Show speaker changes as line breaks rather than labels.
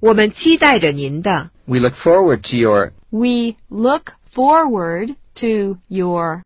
我们期待着您的。
We look forward to your
We look forward to your